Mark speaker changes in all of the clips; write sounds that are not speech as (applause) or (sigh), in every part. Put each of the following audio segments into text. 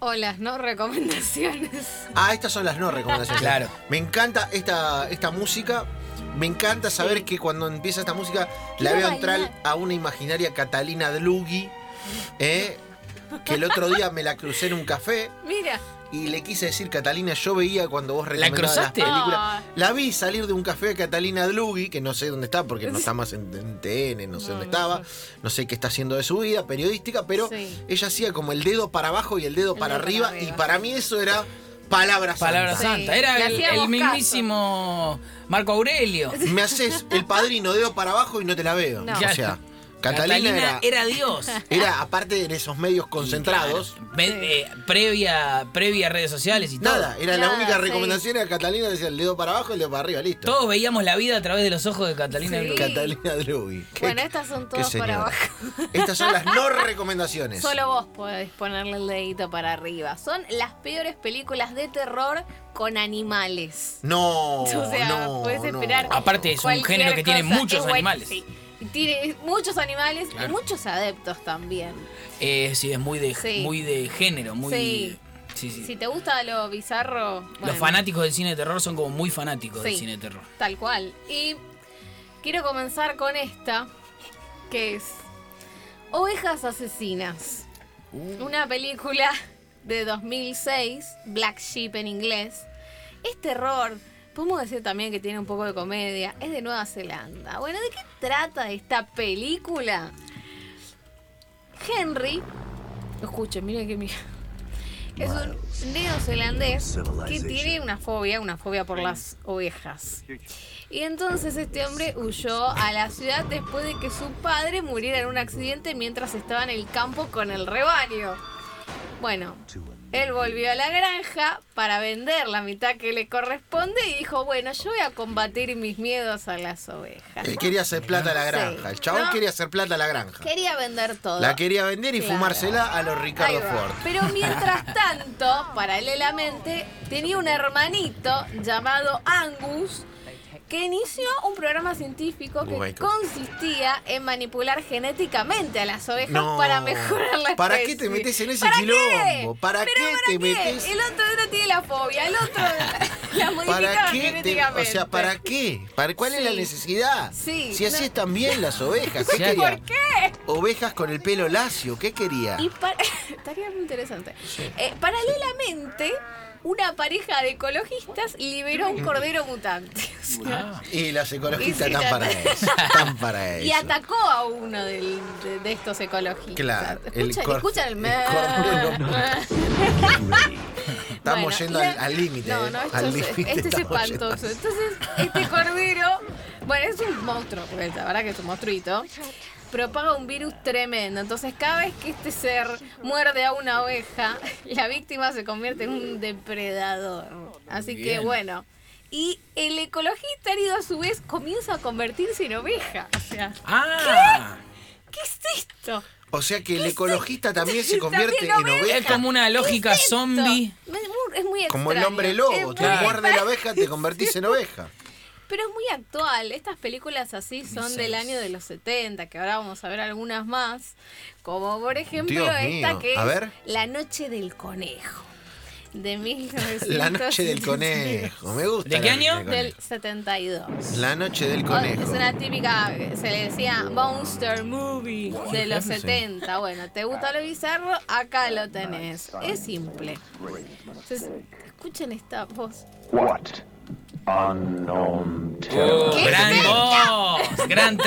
Speaker 1: O las no recomendaciones. (laughs)
Speaker 2: Ah, estas son las no recomendaciones.
Speaker 3: Claro.
Speaker 2: Me encanta esta, esta música. Me encanta saber que cuando empieza esta música la
Speaker 1: Quiero
Speaker 2: veo entrar
Speaker 1: bailar.
Speaker 2: a una imaginaria Catalina Dlugi, ¿eh? que el otro día me la crucé en un café
Speaker 1: Mira,
Speaker 2: y le quise decir, Catalina, yo veía cuando vos recomendabas las
Speaker 3: cruzaste?
Speaker 2: películas.
Speaker 1: Ah.
Speaker 2: La vi salir de un café de Catalina Dlugi, que no sé dónde está, porque no está más en, en TN, no sé
Speaker 1: No,
Speaker 2: dónde
Speaker 1: no
Speaker 2: estaba,
Speaker 1: sé.
Speaker 2: no sé qué está haciendo de su vida periodística, pero
Speaker 1: Sí.
Speaker 2: ella hacía como el dedo para abajo y el dedo
Speaker 1: El
Speaker 2: para
Speaker 1: dedo para
Speaker 2: arriba, y
Speaker 1: arriba.
Speaker 2: para mí eso era palabras
Speaker 3: Palabra
Speaker 1: Sí.
Speaker 3: santa. Era
Speaker 1: Le
Speaker 3: el,
Speaker 1: hacíamos
Speaker 3: el mismísimo Marco Aurelio.
Speaker 2: Me haces el padrino dedo para abajo y no te la veo.
Speaker 1: No.
Speaker 2: O sea,
Speaker 3: Claro.
Speaker 2: Catalina, era, era... (laughs)
Speaker 3: Dios.
Speaker 2: aparte en esos medios concentrados.
Speaker 3: Me- eh, previa, previa redes sociales y todo.
Speaker 2: Nada, era la
Speaker 1: Nada,
Speaker 2: única
Speaker 1: sí.
Speaker 2: recomendación era Catalina decía el dedo para abajo y el dedo para arriba, listo.
Speaker 3: Todos veíamos la vida a través de los ojos de Catalina
Speaker 1: Sí.
Speaker 3: Blum.
Speaker 2: Catalina Drugi. Qué-
Speaker 1: bueno, estas son
Speaker 2: qué
Speaker 1: todas por
Speaker 2: señora.
Speaker 1: abajo.
Speaker 2: Estas son las no recomendaciones.
Speaker 1: Solo vos podés ponerle el dedito para arriba. Son las peores películas de terror con animales. (laughs)
Speaker 2: No,
Speaker 1: o sea,
Speaker 2: no,
Speaker 1: puedes
Speaker 2: no.
Speaker 1: esperar.
Speaker 3: Aparte, es un
Speaker 1: cualquier
Speaker 3: género que tiene
Speaker 1: cosa.
Speaker 3: muchos
Speaker 1: Es buen-
Speaker 3: animales.
Speaker 1: sí. Y Tiene muchos animales y
Speaker 3: Claro.
Speaker 1: muchos adeptos también.
Speaker 3: Eh, sí, es muy de,
Speaker 1: Sí.
Speaker 3: muy de género, muy.
Speaker 1: Sí.
Speaker 3: sí, sí.
Speaker 1: Si te gusta lo bizarro. bueno,
Speaker 3: Los fanáticos del cine de terror son como muy fanáticos del
Speaker 1: Sí.
Speaker 3: cine de terror.
Speaker 1: Tal cual. Y quiero comenzar con esta, que es Ovejas Asesinas.
Speaker 3: Uh.
Speaker 1: Una película de 2006, Black Sheep en inglés. Es terror. Podemos decir también que tiene un poco de comedia. Es de Nueva Zelanda. Bueno, ¿de qué trata esta película? Henry. Escuchen, miren que mira. Es un neozelandés que tiene una fobia, una fobia por las ovejas. Y entonces este hombre huyó a la ciudad después de que su padre muriera en un accidente mientras estaba en el campo con el rebaño. Bueno, él volvió a la granja para vender la mitad que le corresponde y dijo, bueno, yo voy a combatir mis miedos a las ovejas.
Speaker 2: Él eh, quería hacer plata a la granja. El chabón
Speaker 1: No.
Speaker 2: quería hacer plata a la granja.
Speaker 1: Quería vender todo.
Speaker 2: La quería vender y
Speaker 1: Claro.
Speaker 2: fumársela a los Ricardo
Speaker 1: Ahí va.
Speaker 2: Ford.
Speaker 1: Pero
Speaker 2: (laughs)
Speaker 1: mientras tanto, paralelamente, tenía un hermanito llamado Angus que inició un programa científico que
Speaker 2: Bueno.
Speaker 1: consistía en manipular genéticamente a las ovejas
Speaker 2: No.
Speaker 1: para mejorar la especie.
Speaker 2: ¿Para qué te metés en ese
Speaker 1: ¿Para
Speaker 2: quilombo?
Speaker 1: Qué?
Speaker 2: ¿Para
Speaker 1: ¿Pero
Speaker 2: qué te metés?
Speaker 1: El otro no tiene la fobia, el otro
Speaker 2: (laughs)
Speaker 1: la
Speaker 2: ¿Para
Speaker 1: modificaba
Speaker 2: qué? te-
Speaker 1: genéticamente.
Speaker 2: o sea, ¿para qué? ¿Para cuál es
Speaker 1: Sí.
Speaker 2: la necesidad?
Speaker 1: Sí,
Speaker 2: Si así
Speaker 1: no.
Speaker 2: están
Speaker 1: (laughs)
Speaker 2: bien las ovejas, ¿qué
Speaker 3: Sí.
Speaker 2: quería?
Speaker 1: ¿Por qué?
Speaker 2: Ovejas con el pelo lacio, ¿qué quería?
Speaker 1: Y para- (laughs) estaría muy interesante. Eh, paralelamente, una pareja de ecologistas liberó a un cordero mutante. (laughs) O sea,
Speaker 3: Ah.
Speaker 2: Y las ecologistas
Speaker 1: Y sí,
Speaker 2: están
Speaker 1: ya- (laughs)
Speaker 2: para eso. Están para eso.
Speaker 1: y atacó a uno del- de, de estos ecologistas.
Speaker 2: Claro, el
Speaker 1: Escuchan,
Speaker 2: cor-
Speaker 1: escuchan el...
Speaker 2: el cordero Estamos
Speaker 1: Bueno,
Speaker 2: yendo
Speaker 1: y
Speaker 2: al-
Speaker 1: la-
Speaker 2: al límite.
Speaker 1: No,
Speaker 2: eh.
Speaker 1: no, esto
Speaker 2: al
Speaker 1: es-
Speaker 2: límite
Speaker 1: este es
Speaker 2: estamos yendo.
Speaker 1: espantoso. Entonces, este cordero, bueno, es un monstruo, porque la verdad que es un monstruito. Propaga un virus tremendo. Entonces, cada vez que este ser muerde a una oveja, (laughs) la víctima se convierte en un depredador. Así que,
Speaker 3: bien.
Speaker 1: bueno. Y el ecologista herido a su vez comienza a convertirse en oveja. O sea,
Speaker 3: ¡Ah!
Speaker 1: ¿qué es esto?
Speaker 2: O sea que el ecologista también se convierte
Speaker 1: Este (laughs) También
Speaker 2: en
Speaker 1: oveja.
Speaker 3: Es
Speaker 2: oveja.
Speaker 3: como una lógica
Speaker 1: Esto.
Speaker 3: zombie.
Speaker 1: Es muy- Es muy
Speaker 2: Como el
Speaker 1: extraño.
Speaker 2: hombre
Speaker 1: Es
Speaker 2: lobo.
Speaker 1: muy
Speaker 2: Tú
Speaker 3: Claro.
Speaker 2: muerdes la oveja, te convertís en oveja.
Speaker 1: Pero es muy actual. Estas películas así son del año de los 70, que ahora vamos a ver algunas más. Como por ejemplo
Speaker 2: Dios
Speaker 1: esta
Speaker 2: mío.
Speaker 1: que
Speaker 2: A
Speaker 1: es
Speaker 2: ver.
Speaker 1: La Noche del Conejo. De 1972.
Speaker 2: (laughs) La noche del conejo. Me gusta.
Speaker 3: ¿De qué
Speaker 2: la noche
Speaker 3: año?
Speaker 2: del
Speaker 1: Del 72.
Speaker 2: conejo. La noche del
Speaker 1: O- Oh, Es
Speaker 2: conejo.
Speaker 1: una típica, se le decía Monster Movie de los 70. Bueno, ¿te gusta lo bizarro? Acá lo tenés. Es simple. Entonces, escuchen esta voz.
Speaker 4: What unknown
Speaker 3: Oh,
Speaker 4: terror
Speaker 1: ¿Qué
Speaker 3: gran
Speaker 1: es
Speaker 3: voz, gran
Speaker 4: was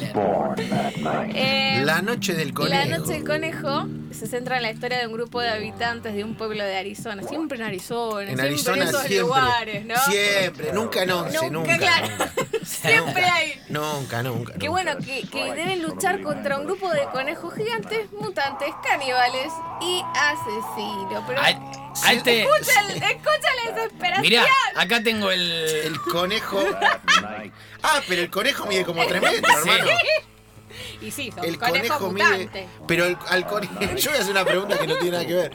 Speaker 3: trap.
Speaker 4: born that night?
Speaker 1: Eh,
Speaker 2: La noche del conejo.
Speaker 1: La noche del conejo se centra en la historia de un grupo de habitantes de un pueblo de Arizona. Siempre en Arizona,
Speaker 2: En
Speaker 1: siempre
Speaker 2: Arizona
Speaker 1: en esos
Speaker 2: siempre.
Speaker 1: lugares, ¿no?
Speaker 2: Siempre, nunca en
Speaker 1: Nunca,
Speaker 2: once, nunca.
Speaker 1: claro.
Speaker 2: nunca.
Speaker 1: (laughs) Siempre
Speaker 2: Nunca,
Speaker 1: ahí.
Speaker 2: Nunca, nunca.
Speaker 1: Que
Speaker 2: nunca.
Speaker 1: bueno, que, que deben luchar contra un grupo de conejos gigantes, mutantes, caníbales y asesinos. Pero
Speaker 3: A- a este-
Speaker 1: escucha, el- escucha la desesperación.
Speaker 3: Mirá, acá tengo el.
Speaker 2: El conejo.
Speaker 4: night.
Speaker 2: Ah, pero el conejo mide como tres metros, hermano.
Speaker 1: Y sí, son
Speaker 2: El
Speaker 1: conejos
Speaker 2: conejo mide.
Speaker 1: mutantes.
Speaker 2: Pero el- al conejo. (laughs) Yo voy a hacer una pregunta que no tiene nada que ver.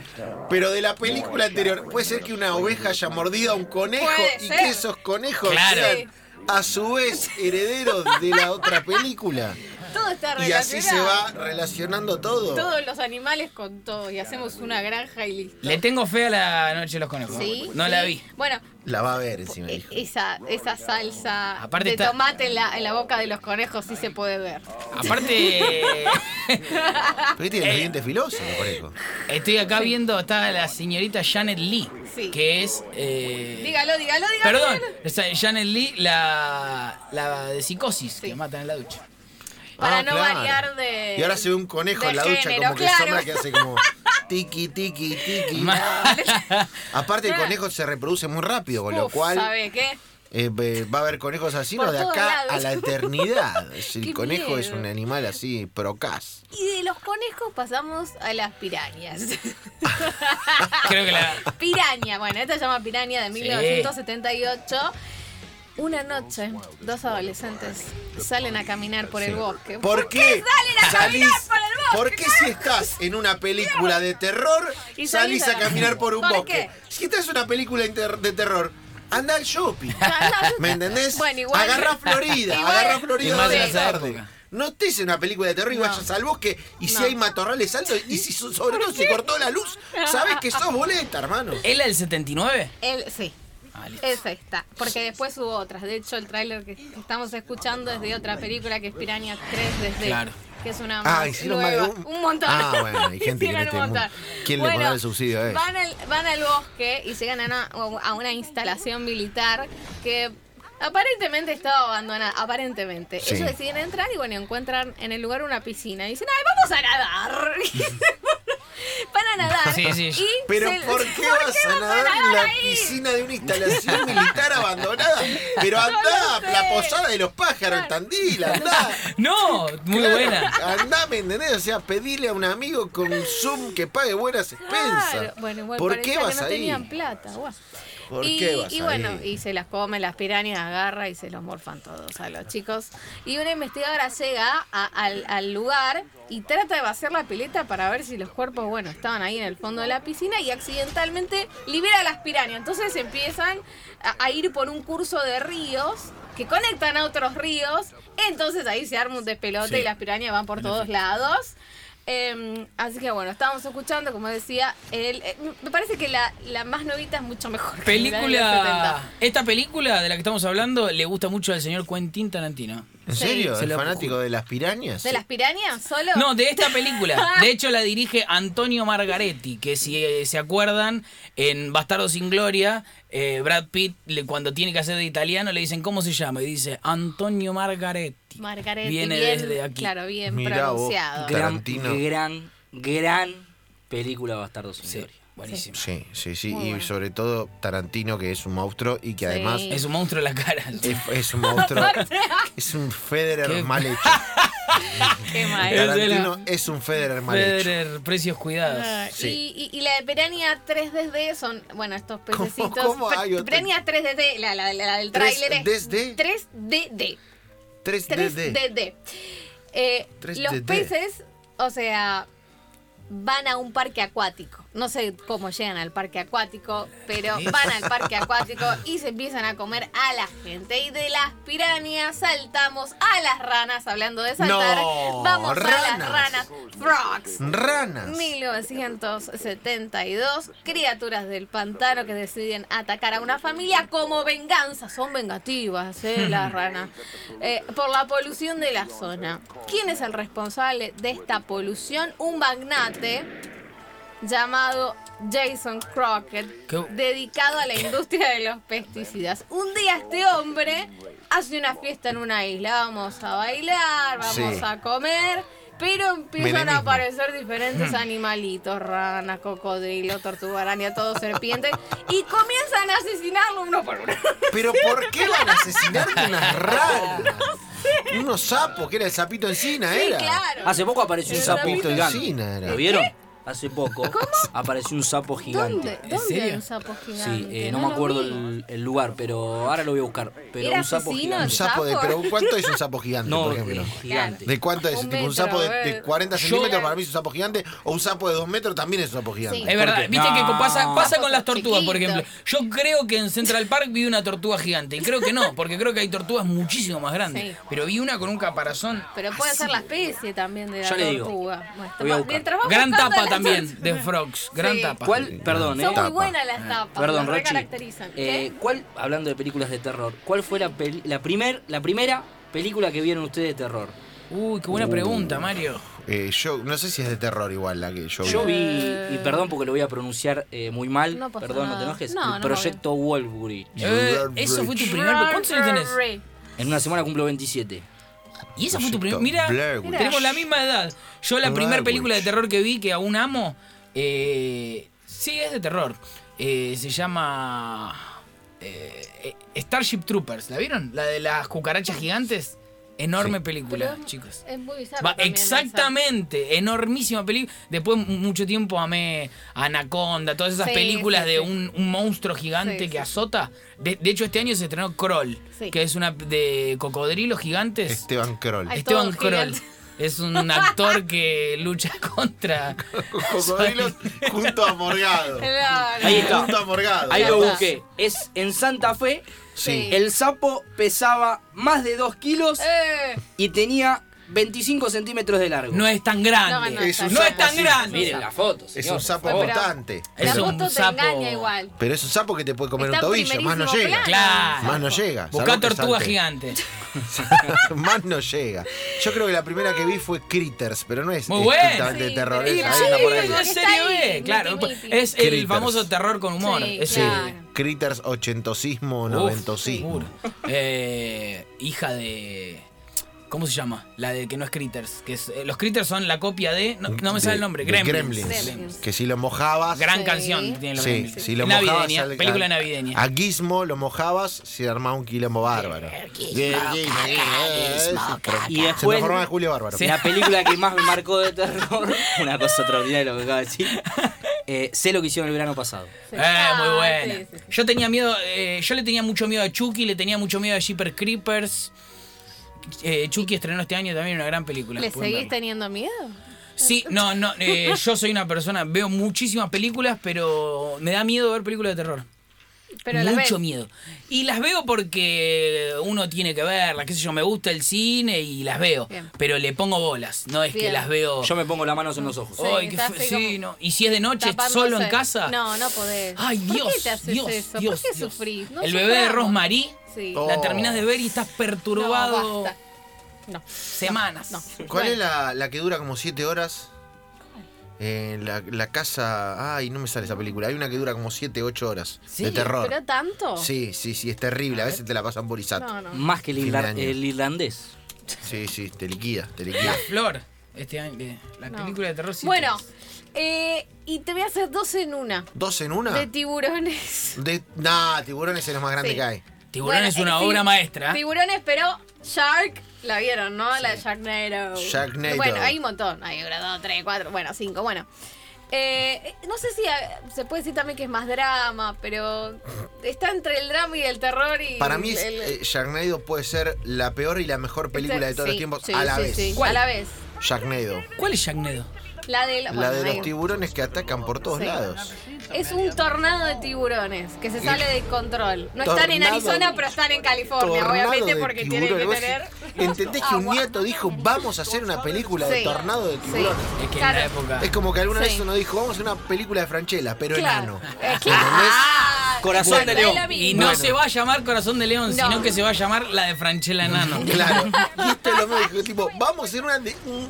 Speaker 2: Pero de la película anterior, ¿puede ser que una oveja haya mordido a un conejo
Speaker 1: Puede
Speaker 2: y
Speaker 1: ser.
Speaker 2: que esos conejos
Speaker 3: Claro.
Speaker 2: sean a su vez herederos de la otra película?
Speaker 1: Todo está
Speaker 2: Y así se
Speaker 1: relacionado.
Speaker 2: va relacionando todo.
Speaker 1: Todos los animales con todo. Y hacemos una granja y listo.
Speaker 3: Le tengo fe a la noche de los conejos.
Speaker 1: ¿Sí?
Speaker 3: No
Speaker 1: sí.
Speaker 3: la vi.
Speaker 1: Bueno,
Speaker 2: La va a ver encima,
Speaker 1: e- (laughs)
Speaker 2: dijo.
Speaker 1: esa, esa salsa
Speaker 3: Aparte
Speaker 1: de
Speaker 3: está-
Speaker 1: tomate en la, en la boca de los conejos sí se puede ver.
Speaker 2: Ah,
Speaker 1: (laughs)
Speaker 3: Aparte,
Speaker 2: Porque tiene los dientes filosos, los conejos.
Speaker 3: estoy acá viendo, está la señorita Janet Lee,
Speaker 1: Sí.
Speaker 3: que es... eh,
Speaker 1: Dígalo, dígalo, dígalo.
Speaker 3: Perdón,
Speaker 1: dígalo.
Speaker 3: esa Janet Lee, la, la de psicosis que matan en la ducha.
Speaker 1: Para
Speaker 2: Ah,
Speaker 1: no
Speaker 2: claro.
Speaker 1: variar de.
Speaker 2: Y ahora se ve un conejo
Speaker 1: de
Speaker 2: en la ducha,
Speaker 1: género,
Speaker 2: como que
Speaker 1: claro.
Speaker 2: sombra que hace
Speaker 1: (laughs)
Speaker 2: como tiki, tiki, tiki. Aparte, el conejo se reproduce muy rápido, con lo
Speaker 1: Uf,
Speaker 2: cual
Speaker 1: ¿Sabe qué?
Speaker 2: eh, eh, va a haber conejos así,
Speaker 1: Por
Speaker 2: no, de
Speaker 1: todos
Speaker 2: acá a
Speaker 1: lados. (laughs)
Speaker 2: la eternidad. Es decir,
Speaker 1: Qué
Speaker 2: El conejo es
Speaker 1: miedo.
Speaker 2: un animal así, procaz.
Speaker 1: Y de los conejos pasamos a las pirañas.
Speaker 3: (laughs) Creo que la...
Speaker 1: (laughs) Piraña, bueno, esta se llama Piraña de 1978. Una noche, dos adolescentes salen a caminar por el bosque.
Speaker 2: ¿Por qué
Speaker 1: salen a
Speaker 2: salís?
Speaker 1: caminar por el bosque?
Speaker 2: ¿Por qué si estás en una película de terror
Speaker 1: Y
Speaker 2: salís a caminar por un
Speaker 1: ¿Por
Speaker 2: bosque? Si estás en una película inter- de terror, anda
Speaker 1: (laughs)
Speaker 2: al shopping. ¿Me entendés?
Speaker 1: Bueno, igual-
Speaker 2: Agarra Florida,
Speaker 1: Igual-
Speaker 2: agarra
Speaker 3: Y
Speaker 2: Florida
Speaker 3: más
Speaker 2: de
Speaker 3: en
Speaker 2: la
Speaker 3: esa
Speaker 2: tarde.
Speaker 3: época.
Speaker 2: No estés en una película de terror y
Speaker 1: No.
Speaker 2: vayas al bosque y si
Speaker 1: No.
Speaker 2: hay matorrales altos y si so- sobre todo se cortó la luz, sabes que sos boleta, hermano.
Speaker 3: ¿Es la del 79?
Speaker 1: El, sí,
Speaker 3: Ah, listo.
Speaker 1: esa está. Porque después hubo otras. De hecho, el tráiler que que estamos escuchando es de otra película que es Piraña 3 desde...
Speaker 3: Claro.
Speaker 1: Que es una
Speaker 2: Ah, hicieron
Speaker 1: nueva.
Speaker 2: más de un-
Speaker 1: un montón.
Speaker 2: Ah, bueno, hay gente que en
Speaker 1: Hicieron
Speaker 2: este
Speaker 1: un montón.
Speaker 2: mundo- ¿quién le pondrá el subsidio a eso?
Speaker 1: Van al, van al bosque y llegan a una, a una instalación militar que aparentemente estaba abandonada. Aparentemente.
Speaker 2: Sí.
Speaker 1: Ellos deciden entrar y bueno, encuentran en el lugar una piscina. Y dicen, ¡ay, vamos a
Speaker 3: (laughs)
Speaker 1: nadar! (laughs) van a nadar.
Speaker 3: Sí, sí.
Speaker 1: Y
Speaker 2: Pero
Speaker 1: se- (laughs)
Speaker 2: ¿por qué vas a nadar en la
Speaker 1: ahí?
Speaker 2: piscina de una instalación militar abandonada? Pero andá,
Speaker 1: No lo sé.
Speaker 2: la posada de los pájaros, en Tandil, andá.
Speaker 3: No, muy
Speaker 2: Claro,
Speaker 3: buena.
Speaker 2: Andá, ¿me entendés? O sea, pedile a un amigo con Zoom que pague buenas expensas.
Speaker 1: Claro. Bueno, igual
Speaker 2: ¿Por
Speaker 1: parecía
Speaker 2: qué vas
Speaker 1: que no
Speaker 2: ahí?
Speaker 1: tenían plata. guau.
Speaker 2: ¿Por
Speaker 1: y,
Speaker 2: qué vas
Speaker 1: y bueno,
Speaker 2: ahí?
Speaker 1: y se las come las pirañas, agarra y se los morfan todos a los chicos. Y una investigadora llega a- al, al lugar y trata de vaciar la pileta para ver si los cuerpos, bueno, estaban ahí en el fondo de la piscina y accidentalmente libera a las pirañas. Entonces empiezan a, a ir por un curso de ríos que conectan a otros ríos. Entonces ahí se arma un despelote y las pirañas van por todos lados. Eh, así que bueno, estábamos escuchando, como decía, el, eh, me parece que la, la más novita es mucho (laughs) mejor. que la de los 70.
Speaker 3: Película. Esta película de la que estamos hablando le gusta mucho al señor Quentin Tarantino.
Speaker 2: ¿En
Speaker 1: Sí.
Speaker 2: serio?
Speaker 3: Se
Speaker 2: ¿Es
Speaker 3: lo-
Speaker 2: fanático de las pirañas?
Speaker 1: ¿De las pirañas solo?
Speaker 3: No, de
Speaker 1: (laughs)
Speaker 3: esta película. De hecho, la dirige Antonio Margaretti, que si eh, se acuerdan, en Bastardo sin Gloria, eh, Brad Pitt, le- cuando tiene que hacer de italiano, le dicen, ¿cómo se llama? Y dice, Antonio Margaretti.
Speaker 1: Margaret,
Speaker 3: Viene
Speaker 1: bien,
Speaker 3: desde aquí.
Speaker 1: Claro, bien
Speaker 2: Mirá vos.
Speaker 1: pronunciado.
Speaker 2: Claro.
Speaker 5: Gran,
Speaker 2: Tarantino.
Speaker 5: gran, gran película Bastardo sin
Speaker 3: Sí,
Speaker 5: Gloria.
Speaker 3: buenísimo.
Speaker 2: Sí, sí, sí.
Speaker 1: Muy
Speaker 2: y
Speaker 1: bueno.
Speaker 2: sobre todo Tarantino, que es un monstruo y que además
Speaker 1: Sí.
Speaker 3: Es un monstruo en la cara.
Speaker 2: es, es
Speaker 1: (laughs)
Speaker 2: un monstruo. es un Federer
Speaker 3: Qué-
Speaker 2: mal hecho.
Speaker 1: (laughs) Qué mal.
Speaker 3: Es de la-
Speaker 2: Tarantino es un Federer mal hecho.
Speaker 3: Federer, precios cuidados.
Speaker 1: Ah,
Speaker 2: Sí.
Speaker 1: Y, y- y la de Piranha 3DD son, bueno, estos
Speaker 2: ¿Cómo-
Speaker 1: pececitos.
Speaker 2: cómo hay
Speaker 1: Pir-
Speaker 2: otra?
Speaker 1: Piranha 3DD, la, la- la del
Speaker 2: ¿Tres
Speaker 1: tráiler es
Speaker 2: DD?
Speaker 1: 3DD.
Speaker 2: 3DD.
Speaker 1: 3DD. Eh,
Speaker 2: 3DD.
Speaker 1: Los peces, o sea, van a un parque acuático. No sé cómo llegan al parque acuático, pero van al parque acuático y se empiezan a comer a la gente. Y de las pirañas saltamos a las ranas, hablando de saltar.
Speaker 2: No,
Speaker 1: vamos a
Speaker 2: ranas.
Speaker 1: las ranas. Frogs.
Speaker 2: Ranas.
Speaker 1: 1972, criaturas del pantano que deciden atacar a una familia como venganza. Son vengativas, eh, las ranas. Eh, por la polución de la zona. ¿Quién es el responsable de esta polución? Un magnate llamado Jason Crockett,
Speaker 3: ¿Qué?
Speaker 1: dedicado a la industria de los pesticidas. Un día este hombre hace una fiesta en una isla. Vamos a bailar, vamos
Speaker 2: Sí.
Speaker 1: a comer, pero empiezan
Speaker 2: Menemismo.
Speaker 1: a aparecer diferentes animalitos, ranas, cocodrilo, tortuga araña, todo serpiente, y comienzan a asesinarlo uno por uno.
Speaker 2: Pero ¿por qué van a asesinar
Speaker 1: (laughs)
Speaker 2: unas ranas? Unos sapos, que era el sapito encina,
Speaker 1: Sí,
Speaker 2: era.
Speaker 3: ¿Ah,
Speaker 1: claro.
Speaker 5: Hace poco apareció un
Speaker 1: El
Speaker 5: sapo
Speaker 1: sapito
Speaker 5: gigante.
Speaker 2: encina era.
Speaker 5: ¿Lo vieron? hace poco apareció un sapo
Speaker 1: ¿Eh? ¿Dónde?
Speaker 5: gigante.
Speaker 1: ¿Dónde
Speaker 3: serio?
Speaker 1: hay un sapo gigante?
Speaker 5: Sí, eh, no me
Speaker 1: lo
Speaker 5: acuerdo
Speaker 1: vi.
Speaker 5: el, el lugar, pero ahora lo voy a buscar. Pero
Speaker 1: ¿Era
Speaker 5: un sapo
Speaker 1: asesino?
Speaker 5: gigante.
Speaker 2: Un sapo de.
Speaker 1: ¿Sapo?
Speaker 2: Pero ¿cuánto es un sapo gigante,
Speaker 5: No,
Speaker 2: por
Speaker 5: eh,
Speaker 2: ejemplo?
Speaker 5: gigante.
Speaker 2: ¿De cuánto es?
Speaker 1: Un
Speaker 2: ¿Tipo un
Speaker 1: metro, eh.
Speaker 2: sapo de,
Speaker 1: a ver.
Speaker 2: de 40
Speaker 1: Yo-
Speaker 2: centímetros para mí es un sapo gigante? ¿O un sapo de 2 metros también es un sapo gigante?
Speaker 1: Sí.
Speaker 3: Es verdad,
Speaker 5: qué?
Speaker 3: viste que
Speaker 5: No.
Speaker 3: pasa, pasa con las
Speaker 1: Chiquito.
Speaker 3: tortugas, por ejemplo. Yo creo que en Central Park vi una tortuga gigante. Y creo que no, porque creo que hay tortugas muchísimo más grandes.
Speaker 1: Sí.
Speaker 3: Pero vi una con un caparazón.
Speaker 1: Pero puede ser la especie también de la
Speaker 5: Ya le digo.
Speaker 1: tortuga. Bueno,
Speaker 5: Voy a buscar.
Speaker 1: mientras vamos
Speaker 3: Gran
Speaker 1: buscando
Speaker 3: tapa
Speaker 1: la-
Speaker 3: también de Frogs. Gran
Speaker 1: Sí.
Speaker 3: tapa. Ah,
Speaker 5: ¿Cuál? Perdón, eh.
Speaker 1: Son muy
Speaker 2: Tapa.
Speaker 1: buenas las tapas.
Speaker 5: Perdón,
Speaker 1: las
Speaker 5: Rochi.
Speaker 1: recaracterizan. ¿Qué?
Speaker 5: Eh, ¿Cuál, hablando de películas de terror, cuál fue la, peli- la, primer, la primera película que vieron ustedes de terror?
Speaker 3: Uy, qué buena pregunta, Mario.
Speaker 2: Eh, yo no sé si es de terror igual la que yo vi.
Speaker 5: Yo vi, y perdón porque lo voy a pronunciar eh, muy mal,
Speaker 1: Eh. No pasa
Speaker 5: perdón, no
Speaker 1: nada.
Speaker 5: te enojes,
Speaker 1: No,
Speaker 5: el
Speaker 1: no,
Speaker 5: proyecto Wolfbridge.
Speaker 3: Eh, eso fue tu primer. ¿Cuántos años tenés?
Speaker 5: En una semana cumplo 27.
Speaker 3: Y esa fue tu primera.
Speaker 2: Proyecto
Speaker 3: Mira,
Speaker 2: Blair Witch.
Speaker 3: tenemos la misma edad. Yo la
Speaker 2: Blair
Speaker 3: primera película de
Speaker 2: Witch.
Speaker 3: terror que vi, que aún amo, eh, sí, es de terror. Eh, se llama eh, eh, Starship Troopers. ¿La vieron? La de las cucarachas gigantes. Enorme película,
Speaker 1: Pero es-
Speaker 3: chicos.
Speaker 1: Es muy bizarro.
Speaker 3: Va,
Speaker 1: también esa.
Speaker 3: exactamente, enormísima película. Después mu- mucho tiempo amé Anaconda, todas esas
Speaker 1: Sí,
Speaker 3: películas
Speaker 1: sí,
Speaker 3: de
Speaker 1: sí.
Speaker 3: Un, un monstruo gigante
Speaker 1: Sí,
Speaker 3: que
Speaker 1: sí.
Speaker 3: azota. De, de hecho, este año se estrenó Kroll,
Speaker 1: Sí.
Speaker 3: que es una de cocodrilos gigantes.
Speaker 2: Esteban Kroll. (laughs)
Speaker 1: Ay,
Speaker 3: Esteban
Speaker 1: todos
Speaker 3: Kroll
Speaker 1: gigantes.
Speaker 3: es un actor que lucha (laughs) contra...
Speaker 2: Cocodrilos junto a Morgado.
Speaker 1: Claro.
Speaker 5: Ahí está.
Speaker 2: Junto a Morgado.
Speaker 5: Ahí
Speaker 1: Ya
Speaker 5: lo
Speaker 1: está.
Speaker 5: busqué. Es en Santa Fe.
Speaker 1: Sí.
Speaker 5: El sapo pesaba más de 2 kilos
Speaker 1: Eh,
Speaker 5: y tenía 25 centímetros de largo.
Speaker 3: No es tan grande.
Speaker 1: No, no,
Speaker 2: Es un
Speaker 3: No es
Speaker 2: sapo,
Speaker 3: tan
Speaker 2: sí.
Speaker 3: grande.
Speaker 5: Miren la foto, señor,
Speaker 2: Es un
Speaker 5: por
Speaker 2: sapo
Speaker 5: favor.
Speaker 1: Bueno, pero-
Speaker 2: mutante.
Speaker 1: la
Speaker 3: Es un
Speaker 1: foto te
Speaker 3: sapo-
Speaker 1: engaña igual.
Speaker 2: Pero es un sapo que te puede comer
Speaker 1: Está
Speaker 2: un tobillo, más no
Speaker 1: primerísimo
Speaker 2: llega.
Speaker 1: plano.
Speaker 3: Claro.
Speaker 2: Más no llega.
Speaker 3: Buscá
Speaker 2: salvo que
Speaker 3: tortuga
Speaker 2: salte.
Speaker 3: gigante.
Speaker 2: (laughs) Más no llega. Yo creo que la primera que vi fue Critters, pero no es
Speaker 3: Muy bueno.
Speaker 2: estrictamente
Speaker 1: Sí,
Speaker 2: terror.
Speaker 1: pero
Speaker 2: es-
Speaker 1: sí,
Speaker 2: ahí anda por ahí.
Speaker 1: sí,
Speaker 3: la
Speaker 1: sí.
Speaker 3: serie
Speaker 1: Está ahí,
Speaker 3: B, eh, claro.
Speaker 1: miti, miti.
Speaker 3: Es el
Speaker 2: Critters.
Speaker 3: famoso terror con humor.
Speaker 1: Sí,
Speaker 3: es-
Speaker 2: Sí.
Speaker 1: Claro.
Speaker 2: Critters ochentosismo,
Speaker 3: Uf,
Speaker 2: noventosismo.
Speaker 3: seguro. Eh, hija de... ¿Cómo se llama? La de que no es Critters. Que es- eh, los Critters son la copia de... No, no me
Speaker 2: De-
Speaker 3: sale el nombre.
Speaker 2: de
Speaker 3: Gremlins.
Speaker 2: Gremlins.
Speaker 1: Gremlins.
Speaker 2: Que si lo mojabas.
Speaker 3: Gran
Speaker 1: Sí.
Speaker 3: canción que tienen los
Speaker 2: Sí,
Speaker 3: Gremlins.
Speaker 2: si lo mojabas.
Speaker 3: navideña,
Speaker 2: al-
Speaker 3: película
Speaker 2: al-
Speaker 3: navideña.
Speaker 2: A Gizmo lo mojabas, se armaba un quilombo bárbaro. Gizmo, Gizmo,
Speaker 5: Y
Speaker 2: Y Se
Speaker 5: después-
Speaker 2: transformaba en Julio Bárbaro.
Speaker 5: La película que más me marcó de terror, (laughs) una cosa extraordinaria lo que acaba de decir. eh, sé lo que hicieron el verano pasado.
Speaker 1: Sí.
Speaker 3: Eh, muy
Speaker 1: Ah,
Speaker 3: buena.
Speaker 1: sí, sí, sí.
Speaker 3: Yo tenía miedo, eh, yo le tenía mucho miedo a Chucky, le tenía mucho miedo a Jeepers Creepers. Eh, Chucky estrenó este año también una gran película.
Speaker 1: ¿Le
Speaker 3: pueden
Speaker 1: seguís
Speaker 3: verla.
Speaker 1: teniendo miedo?
Speaker 3: Sí, no, no,
Speaker 1: (laughs)
Speaker 3: eh, yo soy una persona, veo muchísimas películas, pero me da miedo ver películas de terror.
Speaker 1: Pero las
Speaker 3: Mucho
Speaker 1: ves.
Speaker 3: miedo. Y las veo porque uno tiene que verlas, qué sé yo, me gusta el cine y las veo,
Speaker 1: Bien.
Speaker 3: pero le pongo bolas, no es que
Speaker 1: Bien.
Speaker 3: las veo...
Speaker 5: Yo me pongo las manos en los ojos.
Speaker 1: Sí,
Speaker 3: Ay, qué
Speaker 1: estás
Speaker 3: fe-
Speaker 1: ahí
Speaker 3: sí,
Speaker 1: como
Speaker 3: no. Y si es de noche,
Speaker 1: Tapándose.
Speaker 3: solo en casa.
Speaker 1: No, no podés.
Speaker 3: Ay, Dios.
Speaker 1: ¿Por qué te haces
Speaker 3: Dios,
Speaker 1: eso?
Speaker 3: Dios,
Speaker 1: ¿Por qué
Speaker 3: Dios.
Speaker 1: sufrís? No
Speaker 3: el bebé de
Speaker 1: suframos.
Speaker 3: Rosemary.
Speaker 1: Sí.
Speaker 2: Oh.
Speaker 3: La terminas de ver y estás perturbado
Speaker 1: No, basta. No.
Speaker 3: semanas.
Speaker 1: No.
Speaker 2: ¿Cuál
Speaker 1: Bueno.
Speaker 2: es la, la que dura como 7 horas? Eh, la, la casa. Ay, no me sale esa película. Hay una que dura como 7, 8 horas
Speaker 3: Sí,
Speaker 2: de terror.
Speaker 1: ¿Pero tanto?
Speaker 2: Sí, sí, sí, es terrible. A veces te la pasan por Isat.
Speaker 1: No, no.
Speaker 5: Más que el,
Speaker 2: Fin de
Speaker 5: irla-
Speaker 2: año.
Speaker 5: el irlandés.
Speaker 2: Sí, sí, te liquida, te liquida.
Speaker 3: Flor, este año, eh, la
Speaker 1: No.
Speaker 3: película de terror. sí
Speaker 1: Bueno,
Speaker 3: te-
Speaker 1: eh, y te voy a hacer dos en una.
Speaker 2: ¿Dos en una?
Speaker 1: De tiburones.
Speaker 2: De- nah, tiburones es lo más grande
Speaker 1: Sí.
Speaker 2: que hay.
Speaker 3: Tiburón
Speaker 1: Bueno,
Speaker 3: es una
Speaker 1: eh,
Speaker 3: obra
Speaker 1: ti-
Speaker 3: maestra.
Speaker 1: Tiburones, pero Shark, la vieron, ¿no? La de Sharknado.
Speaker 2: Sharknado.
Speaker 1: Bueno, hay un montón. Hay una, dos, tres, cuatro, bueno, cinco, bueno. Eh, no sé si eh, se puede decir también que es más drama, pero está entre el drama y el terror y...
Speaker 2: Para mí, es-
Speaker 1: el- este,
Speaker 2: eh, Sharknado puede ser la peor y la mejor película de todos
Speaker 1: Sí,
Speaker 2: los tiempos
Speaker 1: sí,
Speaker 2: a la
Speaker 1: sí,
Speaker 2: vez.
Speaker 1: sí,
Speaker 3: ¿Cuál?
Speaker 1: A la vez.
Speaker 2: Sharknado.
Speaker 3: ¿Cuál es Jack Nedo?
Speaker 1: La de, la-
Speaker 2: La
Speaker 1: bueno,
Speaker 2: de
Speaker 1: ahí.
Speaker 2: los tiburones que atacan por todos
Speaker 1: Sí.
Speaker 2: lados.
Speaker 1: Es un tornado de tiburones que se sale de control. No están en
Speaker 2: Tornado-
Speaker 1: Arizona, pero están en California,
Speaker 2: Tornado
Speaker 1: obviamente,
Speaker 2: de
Speaker 1: porque tienen que
Speaker 2: tiburones. Vos
Speaker 1: tener.
Speaker 2: ¿Entendés que un nieto dijo, vamos a hacer una película de
Speaker 1: Sí.
Speaker 2: tornado de
Speaker 1: Sí.
Speaker 2: tiburones?
Speaker 3: Es que
Speaker 1: Claro.
Speaker 3: en la época.
Speaker 2: Es como que alguna vez
Speaker 1: Sí.
Speaker 2: uno dijo, vamos a hacer una película de Franchella, pero
Speaker 1: Claro.
Speaker 2: enano.
Speaker 1: Eh, claro.
Speaker 5: Corazón de
Speaker 1: es
Speaker 5: león.
Speaker 1: la
Speaker 3: Y
Speaker 1: misma.
Speaker 3: no se va a llamar Corazón de León,
Speaker 1: No.
Speaker 3: sino que se va a llamar la de Franchella Nano.
Speaker 2: (laughs) Claro. Y esto es lo mismo. dijo, tipo, vamos a hacer una de un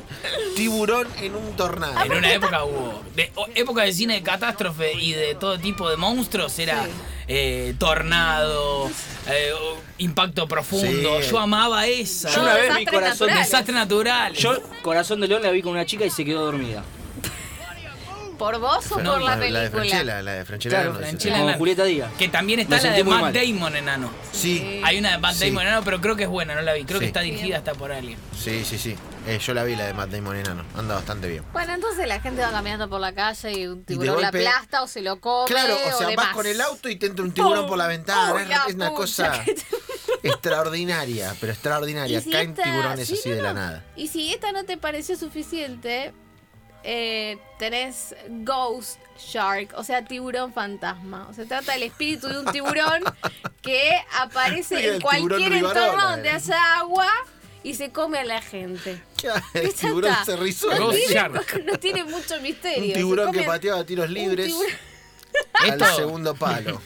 Speaker 2: tiburón en un
Speaker 1: Ah,
Speaker 2: tornado.
Speaker 3: En una época hubo. De, o- época de cine de catástrofe y de todo tipo de monstruos era eh, tornado, eh, o- impacto profundo.
Speaker 2: Sí.
Speaker 3: Yo amaba esa.
Speaker 5: Yo una vez mi
Speaker 1: desastres
Speaker 5: corazón.
Speaker 1: naturales.
Speaker 3: Desastre natural.
Speaker 5: Yo, corazón de león, la vi con una chica y se quedó dormida.
Speaker 1: ¿Por vos o
Speaker 2: No,
Speaker 1: por la,
Speaker 2: la de
Speaker 1: película?
Speaker 2: Franchella, la de Franchella.
Speaker 5: Claro,
Speaker 2: no, dice-
Speaker 3: Franchella.
Speaker 5: Con
Speaker 3: Enano.
Speaker 5: Julieta Díaz.
Speaker 3: Que también está
Speaker 5: Me
Speaker 3: la
Speaker 5: sentí
Speaker 3: de
Speaker 5: muy
Speaker 3: Matt
Speaker 5: mal.
Speaker 3: Damon enano.
Speaker 2: Sí,
Speaker 3: Hay una de Matt
Speaker 2: Sí.
Speaker 3: Damon enano, pero creo que es buena, no la vi. Creo que
Speaker 2: Sí.
Speaker 3: está dirigida hasta por alguien.
Speaker 2: sí, sí, sí. Eh, yo la vi, la de Matt Damon enano. Anda bastante bien.
Speaker 1: Bueno, entonces la gente va caminando por la calle y un tiburón la
Speaker 2: golpe-
Speaker 1: aplasta o se lo come.
Speaker 2: Claro, o sea, vas
Speaker 1: demás.
Speaker 2: con el auto y te entra un tiburón por la ventana.
Speaker 1: Oh,
Speaker 2: es,
Speaker 1: la
Speaker 2: es una
Speaker 1: pucha (laughs)
Speaker 2: cosa
Speaker 1: que te-
Speaker 2: extraordinaria, pero extraordinaria.
Speaker 1: Y si
Speaker 2: Caen
Speaker 1: esta-
Speaker 2: tiburones
Speaker 1: sí,
Speaker 2: así
Speaker 1: no,
Speaker 2: de la
Speaker 1: no.
Speaker 2: nada.
Speaker 1: Y si esta no te pareció suficiente, eh, tenés Ghost Shark, o sea, tiburón fantasma. O sea, trata del espíritu de un
Speaker 2: (laughs)
Speaker 1: tiburón que
Speaker 2: Mira,
Speaker 1: aparece en
Speaker 2: el tiburón eh.
Speaker 1: cualquier
Speaker 2: Rivarola
Speaker 1: entorno donde
Speaker 2: era.
Speaker 1: haya agua y se come a la gente.
Speaker 2: El
Speaker 1: Esa
Speaker 2: tiburón
Speaker 1: está.
Speaker 2: se rizó.
Speaker 3: Ghost
Speaker 1: (laughs)
Speaker 3: Shark.
Speaker 1: No tiene mucho misterio.
Speaker 2: Un
Speaker 1: se
Speaker 2: tiburón que
Speaker 1: come a-
Speaker 2: pateaba tiros libres
Speaker 1: tiburón.
Speaker 2: al
Speaker 3: Esto-
Speaker 2: segundo palo.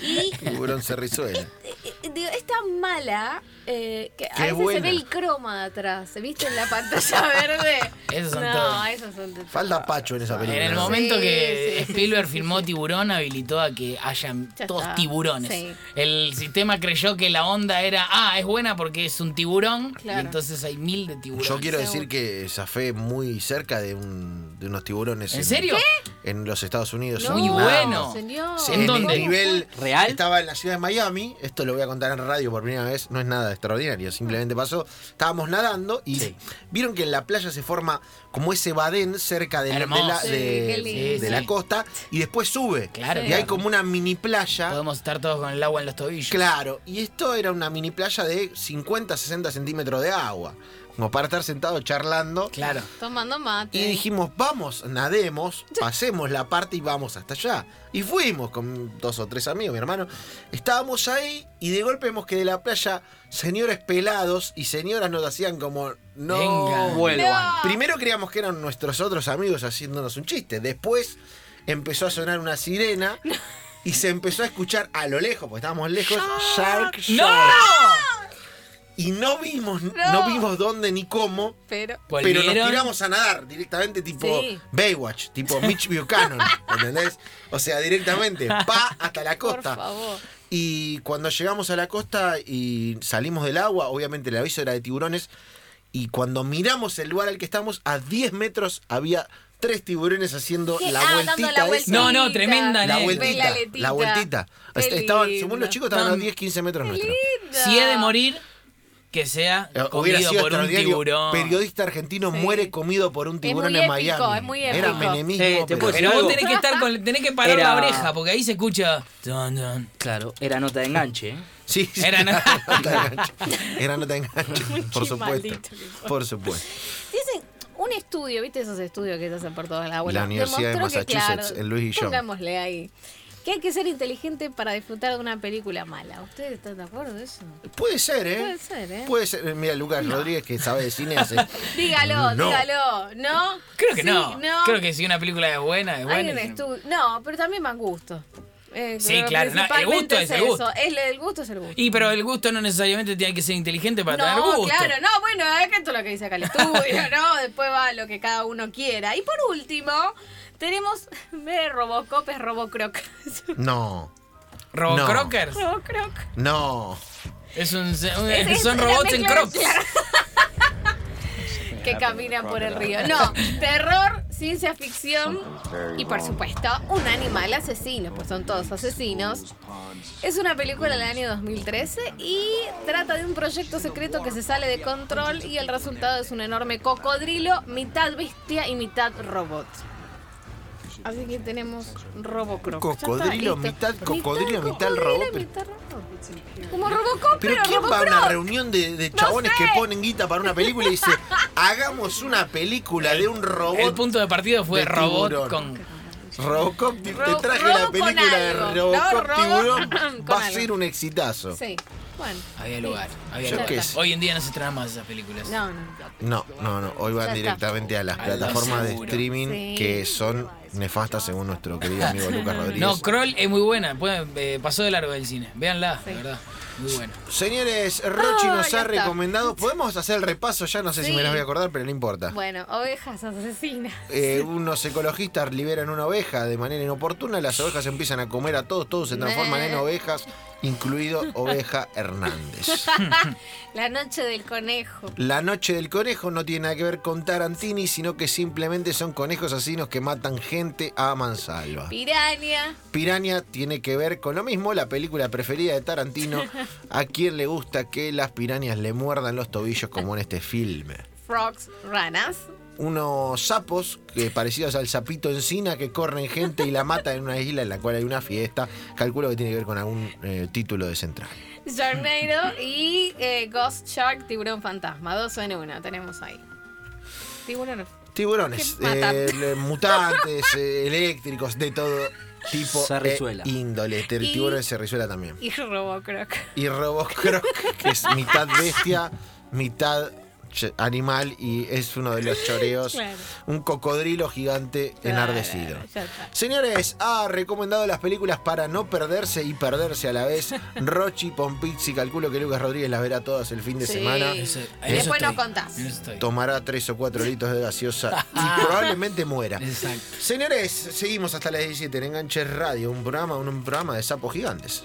Speaker 1: Y
Speaker 2: Tiburón se rizuela.
Speaker 1: Eh, eh, digo, es tan mala eh, que
Speaker 2: Qué
Speaker 1: a veces se
Speaker 2: buena.
Speaker 1: ve el croma de atrás. ¿Viste en la pantalla (laughs) verde?
Speaker 3: Esos son
Speaker 1: no,
Speaker 3: todos.
Speaker 1: esos son de-
Speaker 2: Falta Pacho en esa película.
Speaker 3: En el
Speaker 2: ¿no?
Speaker 3: momento
Speaker 1: Sí,
Speaker 3: que
Speaker 1: sí, sí,
Speaker 3: Spielberg firmó Tiburón, habilitó a que hayan
Speaker 1: Ya
Speaker 3: todos
Speaker 1: está.
Speaker 3: tiburones.
Speaker 1: Sí.
Speaker 3: El sistema creyó que la onda era, ah, es buena porque es un tiburón,
Speaker 1: Claro.
Speaker 3: y entonces hay mil de tiburones.
Speaker 2: Yo quiero decir que zafé muy cerca de, un- de unos tiburones.
Speaker 3: ¿En serio?
Speaker 2: En los Estados Unidos.
Speaker 1: No,
Speaker 3: Muy
Speaker 2: En-
Speaker 3: bueno.
Speaker 1: señor.
Speaker 3: Sí,
Speaker 2: En
Speaker 3: ¿En dónde?
Speaker 2: el nivel
Speaker 5: ¿Real?
Speaker 2: Estaba en la ciudad de Miami. Esto lo voy a contar en radio por primera vez. No es nada extraordinario. Simplemente pasó. Estábamos nadando y
Speaker 5: Sí.
Speaker 2: vieron que en la playa se forma como ese badén cerca de, de
Speaker 3: Hermoso.
Speaker 2: la,
Speaker 3: Sí,
Speaker 2: de-
Speaker 1: qué lindo.
Speaker 2: de la
Speaker 3: Sí.
Speaker 2: costa y después sube.
Speaker 3: Claro,
Speaker 2: y
Speaker 3: claro.
Speaker 2: hay como una mini playa.
Speaker 3: Podemos estar todos con el agua en los tobillos.
Speaker 2: Claro, y esto era una mini playa de 50, 60 centímetros de agua. Como para estar sentado charlando.
Speaker 3: Claro.
Speaker 1: Tomando mate.
Speaker 2: Y dijimos, vamos, nademos, pasemos la parte y vamos hasta allá. Y fuimos con dos o tres amigos, mi hermano. Estábamos ahí y de golpe vemos que de la playa señores pelados y señoras nos hacían como, no,
Speaker 3: Venga.
Speaker 5: Vuelvan.
Speaker 2: Primero creíamos que eran nuestros otros amigos haciéndonos un chiste. Después empezó a sonar una sirena y se empezó a escuchar a lo lejos, porque estábamos lejos, Shark
Speaker 3: ¡No!
Speaker 2: Shark. Y no vimos, no. vimos dónde ni cómo.
Speaker 1: Pero.
Speaker 2: Pero nos
Speaker 3: ¿Volvieron?
Speaker 2: tiramos a nadar directamente tipo
Speaker 1: Sí.
Speaker 2: Baywatch,
Speaker 1: (laughs)
Speaker 2: tipo Mitch Buchanan, ¿entendés? O sea, directamente, pa hasta la costa.
Speaker 1: Por favor.
Speaker 2: Y cuando llegamos a la costa y salimos del agua, obviamente el aviso era de tiburones. Y cuando miramos el lugar al que estamos, a 10 metros había tres tiburones haciendo
Speaker 1: ¿Qué?
Speaker 2: la
Speaker 1: Ah,
Speaker 2: vueltita.
Speaker 1: dando la
Speaker 2: esa.
Speaker 1: vueltita.
Speaker 3: No, no, tremenda
Speaker 2: La
Speaker 3: Ve
Speaker 2: vueltita,
Speaker 1: letita.
Speaker 2: la vueltita.
Speaker 1: Qué
Speaker 2: Est- Estaban,
Speaker 1: lindo.
Speaker 2: según los chicos, estaban a
Speaker 3: Tan-
Speaker 2: 10, 15 metros nuestros.
Speaker 3: Si he de morir, que sea
Speaker 2: Eh, Hubiera
Speaker 3: comido
Speaker 2: sido
Speaker 3: por un
Speaker 2: extraordinario.
Speaker 3: tiburón.
Speaker 2: Periodista argentino muere comido por un tiburón
Speaker 1: muy
Speaker 2: en
Speaker 1: épico,
Speaker 2: Miami.
Speaker 1: es muy
Speaker 2: Era
Speaker 1: épico.
Speaker 2: menemismo.
Speaker 5: Eh, te
Speaker 2: pero-
Speaker 5: puedo decir-
Speaker 3: Pero vos
Speaker 5: Algo.
Speaker 3: tenés que estar con, tenés que parar
Speaker 5: Era-
Speaker 3: la oreja, porque ahí se escucha. dun, dun.
Speaker 5: Claro, era nota de enganche, ¿eh?
Speaker 2: Sí, sí,
Speaker 3: Era
Speaker 2: (laughs)
Speaker 3: no-
Speaker 2: te enganche. Era no te enganche,
Speaker 1: (laughs)
Speaker 2: por supuesto. Por supuesto.
Speaker 1: Dicen, un estudio, ¿viste esos estudios que se hacen por todas las
Speaker 2: La Universidad de
Speaker 1: Demostró que,
Speaker 2: Massachusetts, en Louis Guillaume.
Speaker 1: Pongámosle ahí. Que hay que ser inteligente para disfrutar de una película mala. ¿Ustedes están de acuerdo de eso?
Speaker 2: Puede ser, ¿eh?
Speaker 1: Puede ser, ¿eh?
Speaker 2: Puede ser. Mira, Lucas Rodríguez, que sabe de cine, hace.
Speaker 1: (laughs) Dígalo,
Speaker 2: No.
Speaker 1: dígalo. ¿No?
Speaker 3: Creo que
Speaker 1: Sí,
Speaker 3: no. Creo que si una película es buena, es
Speaker 1: Hay
Speaker 3: buena.
Speaker 1: un
Speaker 3: y si no-
Speaker 1: estudio. No, pero también van gustos. Eh,
Speaker 3: Sí,
Speaker 1: pero
Speaker 3: claro, no, el
Speaker 1: principalmente
Speaker 3: gusto es el gusto.
Speaker 1: eso, es lo- el gusto es el gusto.
Speaker 3: Y pero el gusto no necesariamente tiene que ser inteligente para tener
Speaker 1: no,
Speaker 3: gusto.
Speaker 1: claro, no, bueno, es que esto es lo que dice acá el estudio,
Speaker 3: (laughs)
Speaker 1: ¿no? Después va lo que cada uno quiera. Y por último, tenemos, (laughs) en vez de Robocop, es Robocroc. (laughs)
Speaker 2: No. No.
Speaker 3: Robocrockers.
Speaker 1: Robocroc.
Speaker 2: No.
Speaker 3: Es un, un-
Speaker 1: Es- es
Speaker 3: Eh, son
Speaker 1: Este, la
Speaker 3: robots en
Speaker 1: mezcla
Speaker 3: crocs.
Speaker 1: de- claro. que caminan por el río. No, terror, ciencia ficción y por supuesto un animal asesino, pues son todos asesinos. Es una película del año 2013 y trata de un proyecto secreto que se sale de control y el resultado es un enorme cocodrilo, mitad bestia y mitad robot. Así que tenemos Robocroc. Ya está,
Speaker 2: Cocodrilo,
Speaker 1: listo.
Speaker 2: mitad
Speaker 1: cocodrilo
Speaker 2: cocodrilo, mitad robot,
Speaker 1: y
Speaker 2: pero-
Speaker 1: mitad robot. Como Robocop,
Speaker 2: ¿Pero
Speaker 1: pero,
Speaker 2: quién va a una
Speaker 1: Robocroc.
Speaker 2: reunión de, de chabones
Speaker 1: sé.
Speaker 2: que ponen guita para una película y dice, hagamos una película de un robot?
Speaker 3: El punto de partida fue
Speaker 2: de
Speaker 3: robot
Speaker 2: tiburón.
Speaker 3: con.
Speaker 2: Robocop, te
Speaker 1: Ro-
Speaker 2: traje
Speaker 1: robo
Speaker 2: la
Speaker 1: con
Speaker 2: película de
Speaker 1: algo.
Speaker 2: Robocop
Speaker 1: No, robo- (laughs)
Speaker 2: Tiburón.
Speaker 1: con
Speaker 2: Va a
Speaker 1: algo.
Speaker 2: ser un exitazo.
Speaker 1: Sí, bueno.
Speaker 3: Había lugar. Había
Speaker 2: Yo
Speaker 3: lugar.
Speaker 2: qué sé.
Speaker 3: Hoy en día no se traen más esas películas.
Speaker 1: No, no.
Speaker 2: No, no, no. Hoy
Speaker 1: Ya
Speaker 2: van
Speaker 1: está.
Speaker 2: directamente a las
Speaker 3: Al
Speaker 2: plataformas de
Speaker 3: seguro.
Speaker 2: streaming
Speaker 1: Sí.
Speaker 2: que son nefastas según nuestro querido amigo Lucas Rodríguez.
Speaker 3: No, Kroll es muy buena. pueden- eh, pasó de largo del cine. Véanla, de verdad. Muy buena.
Speaker 2: Señores, Rochi
Speaker 1: Ah,
Speaker 2: nos
Speaker 1: ya
Speaker 2: ha
Speaker 1: está.
Speaker 2: recomendado. Podemos hacer el repaso ya, no sé si
Speaker 1: Sí.
Speaker 2: me las voy a acordar, pero no importa.
Speaker 1: Bueno, ovejas
Speaker 2: (laughs)
Speaker 1: asesinas.
Speaker 2: Eh, unos ecologistas liberan una oveja de manera inoportuna, las ovejas empiezan a comer a todos, todos se transforman en
Speaker 1: Meh.
Speaker 2: ovejas
Speaker 1: (laughs)
Speaker 2: incluido Oveja Hernández.
Speaker 1: La noche del conejo.
Speaker 2: La noche del conejo no tiene nada que ver con Tarantini, sino que simplemente son conejos asesinos que matan gente a mansalva.
Speaker 1: Piraña.
Speaker 2: Piranha tiene que ver con lo mismo, la película preferida de Tarantino, a quien le gusta que las pirañas le muerdan los tobillos como en este filme.
Speaker 1: Frogs. Ranas.
Speaker 2: Unos sapos que parecidos al sapito encina que corren gente y la matan en una isla en la cual hay una fiesta. Calculo que tiene que ver con algún eh, título de central.
Speaker 1: Sharknado y eh, Ghost Shark, tiburón fantasma. Dos en uno tenemos ahí. Tiburón.
Speaker 2: Tiburones,
Speaker 1: Que matan.
Speaker 2: eh, le- mutantes,
Speaker 1: (laughs)
Speaker 2: eh, eléctricos, de todo tipo
Speaker 5: Serrizuela.
Speaker 2: e índole. Ter-
Speaker 1: Y-
Speaker 2: Tiburón de Serrizuela también.
Speaker 1: Y Robocroc.
Speaker 2: Y Robocroc, que es mitad bestia, mitad ch- animal y es uno de los choreos.
Speaker 1: Claro.
Speaker 2: Un cocodrilo gigante enardecido.
Speaker 1: Ah, Ya está.
Speaker 2: Señores, ha recomendado las películas para no perderse y perderse a la vez. Rochi, Pompizzi, calculo que Lucas Rodríguez las verá todas el fin de
Speaker 1: Sí.
Speaker 2: semana.
Speaker 3: Eso- en
Speaker 1: Y
Speaker 3: eso
Speaker 1: después nos
Speaker 3: estoy,
Speaker 1: contás.
Speaker 3: en eso estoy.
Speaker 2: Tomará tres o cuatro litros de gaseosa y probablemente muera.
Speaker 3: Exacto.
Speaker 2: Señores, seguimos hasta las 17 en Enganches Radio, un programa, un programa de sapos gigantes.